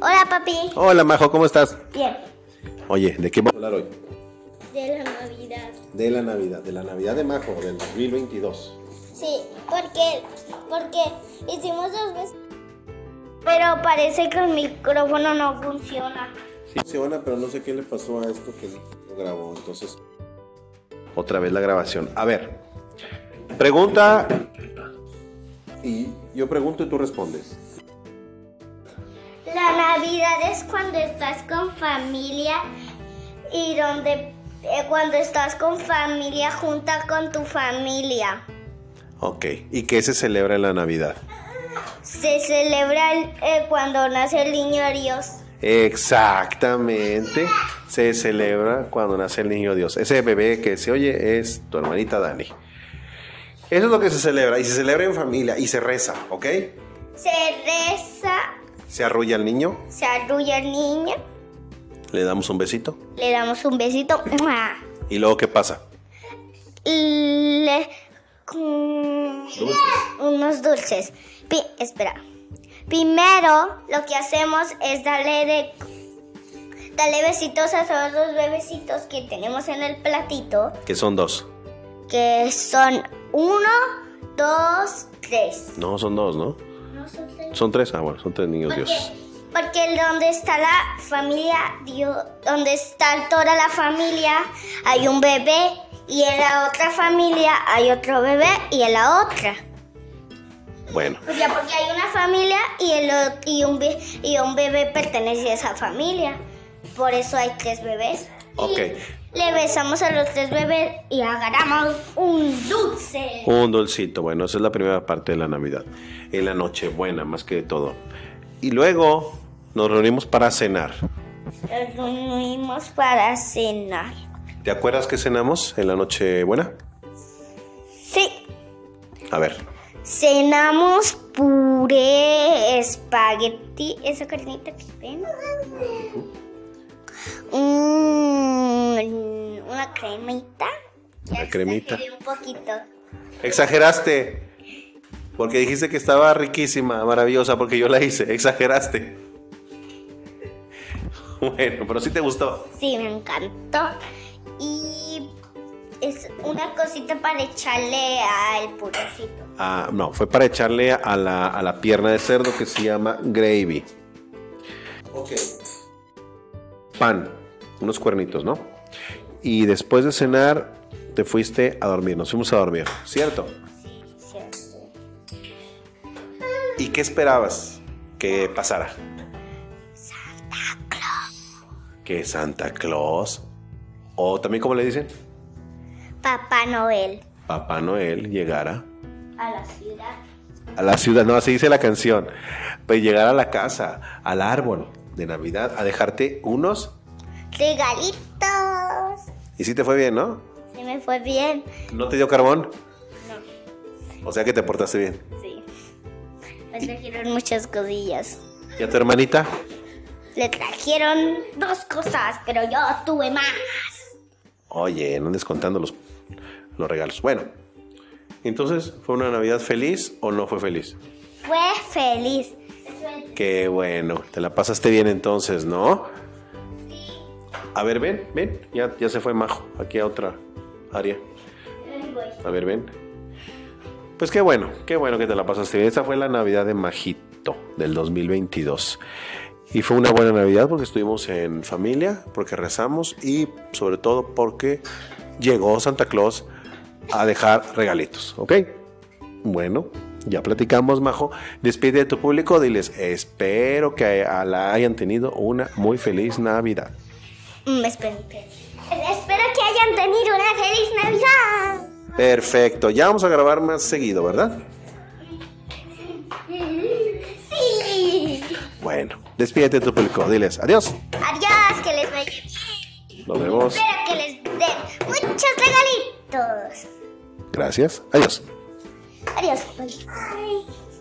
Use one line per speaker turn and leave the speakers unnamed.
Hola, papi.
Hola, Majo, ¿cómo estás?
Bien.
Oye, ¿de qué vamos a hablar hoy?
De la Navidad.
De la Navidad, de la Navidad de Majo, del 2022.
Sí, porque, porque hicimos dos veces. Pero parece que el micrófono no funciona.
Sí, funciona, pero no sé qué le pasó a esto que no grabó, entonces... Otra vez la grabación. A ver, pregunta... Y yo pregunto y tú respondes.
La Navidad es cuando estás con familia y donde eh, cuando estás con familia junta con tu familia.
Ok, ¿y qué se celebra en la Navidad?
Se celebra el- eh, cuando nace el niño Dios.
Exactamente, se celebra cuando nace el niño Dios. Ese bebé que se oye es tu hermanita Dani. Eso es lo que se celebra, y se celebra en familia, y se reza, ¿ok?
Se reza,
Se arrulla el niño,
se arrulla el niño,
le damos un besito,
le damos un besito. ¡mua!
y luego ¿qué pasa?
Y le- mm, unos dulces. Pi- espera. Primero lo que hacemos es darle de darle besitos a todos los bebecitos que tenemos en el platito,
Que son dos.
que son uno, dos, tres.
No, son dos, ¿no?
No son tres.
Son tres, ah, bueno, son tres niños Dios.
Porque donde está la familia, Dios, donde está toda la familia, hay un bebé y en la otra familia hay otro bebé y en la otra.
Bueno,
O sea, Pues porque hay una familia y, el, o- y, un, be- y un bebé pertenece a esa familia. Por eso hay tres bebés.
Ok.
Y le besamos a los tres bebés y agarramos un dulce.
un dulcito, bueno, esa es la primera parte de la Navidad. En la noche, buena, más que todo. Y luego nos reunimos para cenar.
Nos reunimos para cenar.
¿Te acuerdas que cenamos en la noche buena?
Sí,
A ver,
Cenamos puré, espagueti, esa carnita que ven. Mm, una cremita.
Una cremita.
exageré Un poquito.
exageraste. Porque dijiste que estaba riquísima, maravillosa, porque yo la hice. Exageraste. Bueno, pero sí te gustó.
Sí, me encantó. Y es una cosita para echarle al purecito.
Ah, no, fue para echarle a la, a la pierna de cerdo que se llama gravy. Ok. Pan, unos cuernitos, ¿no? Y después de cenar, te fuiste a dormir, nos fuimos a dormir, ¿cierto? ¿Y qué esperabas que pasara? Santa Claus. ¿Qué Santa Claus? O también, como le dicen?
Papá Noel
Papá Noel llegara
a la ciudad.
a la ciudad, no, así dice la canción. Pues llegar a la casa, al árbol de Navidad, a dejarte unos.
Regalitos.
Y sí te fue bien, ¿no?
Se me fue bien.
¿No te dio carbón? No. O sea que te portaste bien.
Sí. Me trajeron muchas cosillas.
¿Y a tu hermanita?
Le trajeron dos cosas, pero yo tuve más.
Oye, no andes contando los, los regalos. Bueno, entonces, ¿fue una Navidad feliz o no fue feliz?
Fue feliz.
Qué bueno, te la pasaste bien entonces, ¿no? A ver, ven, ven, ya, ya se fue Majo, aquí a otra área. A ver, ven. Pues qué bueno, qué bueno que te la pasaste bien. Esa fue la Navidad de Majito del 2022. Y fue una buena Navidad porque estuvimos en familia, porque rezamos y sobre todo porque llegó Santa Claus a dejar regalitos, ¿ok? Bueno, ya platicamos, Majo. Despide de tu público, diles, espero que a la hayan tenido una muy feliz Navidad.
Mm, espero, que- espero que hayan tenido una feliz Navidad.
Perfecto, ya vamos a grabar más seguido, ¿verdad?
Mm. Sí.
Bueno, despídete de tu público, diles, adiós.
Adiós, que les vaya bien.
Nos vemos.
Espero que les den muchos regalitos.
Gracias. Adiós.
pues. Adiós. Bye.